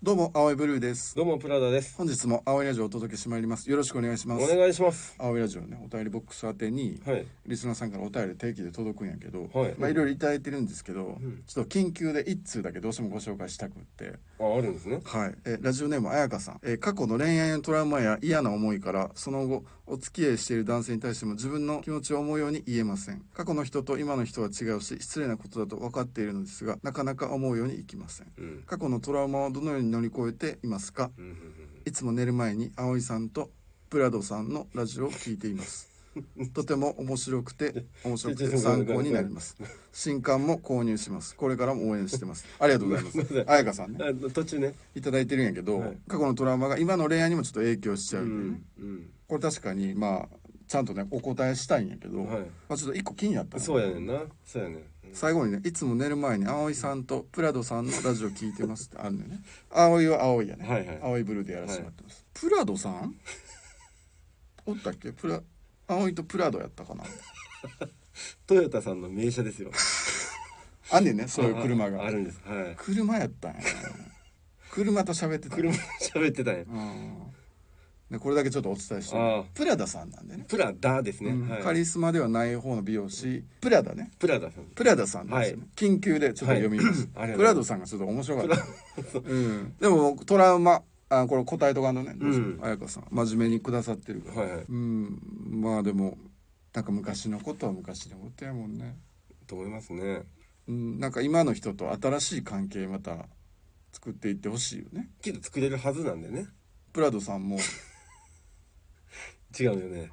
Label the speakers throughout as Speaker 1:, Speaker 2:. Speaker 1: どうも、青いブルーです。
Speaker 2: どうもプラダです。
Speaker 1: 本日も青いラジオをお届けしてまいります。よろしくお願いしま
Speaker 2: お
Speaker 1: す。
Speaker 2: 願いします。
Speaker 1: 青いラジオね、お便りボックス宛てに、
Speaker 2: はい。
Speaker 1: リスナーさんからお便り定期で届くんやけど、
Speaker 2: はい
Speaker 1: まあいろいろいただいてるんですけど、
Speaker 2: ん
Speaker 1: ちょっと緊急で一通だけどうしてもご紹介したくって、
Speaker 2: あ、あるんですね。
Speaker 1: はい、えーラジオネームあやかさん、えー過去の恋愛のトラウマや嫌な思いからその後お付き合いしている男性に対しても自分の気持ちを思うように言えません過去の人と今の人は違うし失礼なことだと分かっているのですがなかなか思うようにいきません
Speaker 2: うん。
Speaker 1: 過去のトラウマをどのように乗り越えていますか
Speaker 2: うんうん
Speaker 1: いつも寝る前に葵さんとプラドさんのラジオを聞いてい ます。とても面白くて面白くて参考になります。新刊も購入します。これからも応援して ます。ありがとうございます。あやかさんね、
Speaker 2: うんあ途中ね。
Speaker 1: いただいてるんやけど、
Speaker 2: はい
Speaker 1: 過去のトラウマが今の恋愛にもちょっと影響しち
Speaker 2: う
Speaker 1: ゃう、
Speaker 2: ん。うん。
Speaker 1: これ確かにまあちゃんとねお答えしたいんやけど、
Speaker 2: はい
Speaker 1: まあちょっと一個気になったの
Speaker 2: そうやねんな。そうやねん。
Speaker 1: 最後にねいつも寝る前に葵さんとプラドさんのラジオ聞いてますってあるのよ ね葵は葵やね、
Speaker 2: はいはい
Speaker 1: 葵ブルーでやらせてもらってます、プラドさんおったっけプラ葵とプラドやったかな
Speaker 2: トヨタさんの名車ですよ。
Speaker 1: あんねんねそういう車
Speaker 2: ああ
Speaker 1: が
Speaker 2: るんです。はい。
Speaker 1: 車やったんや、ね、車と喋ってた
Speaker 2: 車喋ってたんや。
Speaker 1: うんでこれだけちょっとお伝えして
Speaker 2: ああ
Speaker 1: プラダさんなんでね、
Speaker 2: プラダですね。
Speaker 1: うんカ
Speaker 2: はい。
Speaker 1: リスマではない方の美容師プラダね
Speaker 2: プラダさん。
Speaker 1: プラダさんですよね、
Speaker 2: は
Speaker 1: 緊急でちょっと読みます、
Speaker 2: はいありがとうございます
Speaker 1: プラダさんがちょっと面白かった、うん、でも僕トラウマあこれ答えとかのねどうしよう
Speaker 2: うん
Speaker 1: 彩香さん真面目にくださってるから、
Speaker 2: はいはい。
Speaker 1: うんまあでもなんか昔のことは昔のことやもんね、
Speaker 2: と思いますね。
Speaker 1: うん、なんか今の人と新しい関係また作っていってほしいよね
Speaker 2: きっと作れるはずなんでね。
Speaker 1: プラドさんも
Speaker 2: 違うよね。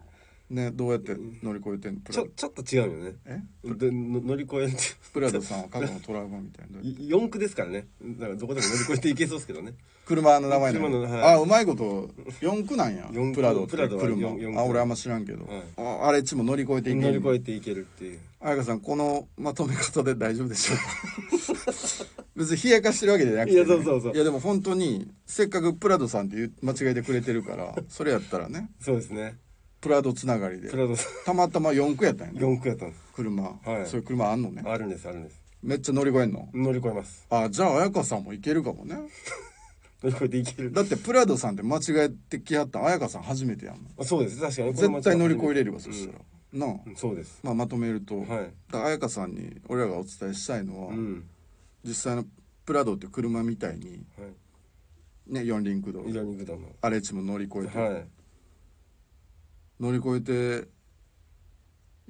Speaker 1: ねどうやって乗り越えてんのプ
Speaker 2: ち
Speaker 1: ラ
Speaker 2: ょちょっと違うよね。
Speaker 1: え
Speaker 2: での乗り越えて。
Speaker 1: プラドさんは過去のトラウマみたいな
Speaker 2: 四駆ですからね。だからどこでも乗り越えていけそうですけどね。
Speaker 1: 車の名前な
Speaker 2: 車
Speaker 1: の、
Speaker 2: のはい
Speaker 1: あうまいこと四駆なんや
Speaker 2: 四駆
Speaker 1: プラドって
Speaker 2: プラドは
Speaker 1: 車
Speaker 2: 四四駆
Speaker 1: あ俺あんま知らんけど、
Speaker 2: はい
Speaker 1: ああれっちも乗り越えていけ
Speaker 2: 乗り越
Speaker 1: る
Speaker 2: えていけるっていう。
Speaker 1: 彩香さんこのまとめ方で大丈夫でしょうか別に冷やか してるわけじゃなくて、
Speaker 2: いやそうそうそう
Speaker 1: いやでも本当にせっかくプラドさんって言う間違えてくれてるからそれやったらね
Speaker 2: そうですね。
Speaker 1: プラドつながりで
Speaker 2: プラダさん。
Speaker 1: たまたま四駆やったんやね
Speaker 2: 四駆やったんです。
Speaker 1: 車、
Speaker 2: はい
Speaker 1: そういう車あんのね
Speaker 2: あるんですあるんです。
Speaker 1: めっちゃ乗り越えんの
Speaker 2: 乗り越えます。
Speaker 1: あじゃあ彩香さんもいけるかもね
Speaker 2: 乗り越えていける。
Speaker 1: だってプラドさんって間違えてきはったん彩香さん初めてやもん
Speaker 2: あそうです確かにこれ間違
Speaker 1: 絶
Speaker 2: い
Speaker 1: 対乗り越えれるわそしたら、なあ、
Speaker 2: うんそうです。
Speaker 1: まあ、まとめると、
Speaker 2: はい
Speaker 1: だから彩香さんに俺らがお伝えしたいのは、
Speaker 2: うん
Speaker 1: 実際のプラドっていう車みたいに
Speaker 2: は
Speaker 1: ね四輪駆動
Speaker 2: い。イラニグダの。
Speaker 1: 荒れ地も乗り越えて、
Speaker 2: はい。
Speaker 1: 乗り越えて行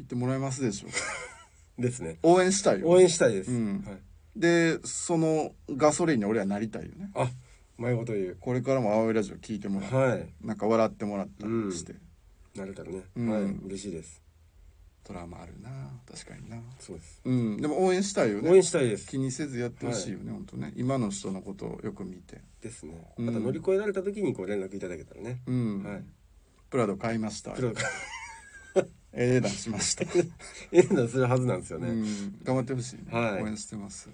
Speaker 1: ってもらえますでしょうか
Speaker 2: ですね。
Speaker 1: 応援したいよ
Speaker 2: 応援したいです。
Speaker 1: うん
Speaker 2: はい。
Speaker 1: でそのガソリンに俺はなりたいよね
Speaker 2: あ、前ごと言う。
Speaker 1: これからも青いラジオ聞いてもらう
Speaker 2: は
Speaker 1: なんか笑ってもらったりして、
Speaker 2: い。なれたらね。
Speaker 1: うん
Speaker 2: はい。嬉しいです。
Speaker 1: トラウマあるな確かにな
Speaker 2: そうです。
Speaker 1: うんでも応援したいよね
Speaker 2: 応援したいです。
Speaker 1: 気にせずやってほしいよね、本当ね今の人のことをよく見て
Speaker 2: ですね。
Speaker 1: うん
Speaker 2: また乗り越えられた時にこう連絡いただけたらね。
Speaker 1: うん、
Speaker 2: はい。
Speaker 1: プラド買いました
Speaker 2: プロが
Speaker 1: ええ値段しました、
Speaker 2: 演談するはずなんですよ
Speaker 1: う
Speaker 2: ね。
Speaker 1: ん、頑張ってほしいね、
Speaker 2: はい
Speaker 1: 応援してます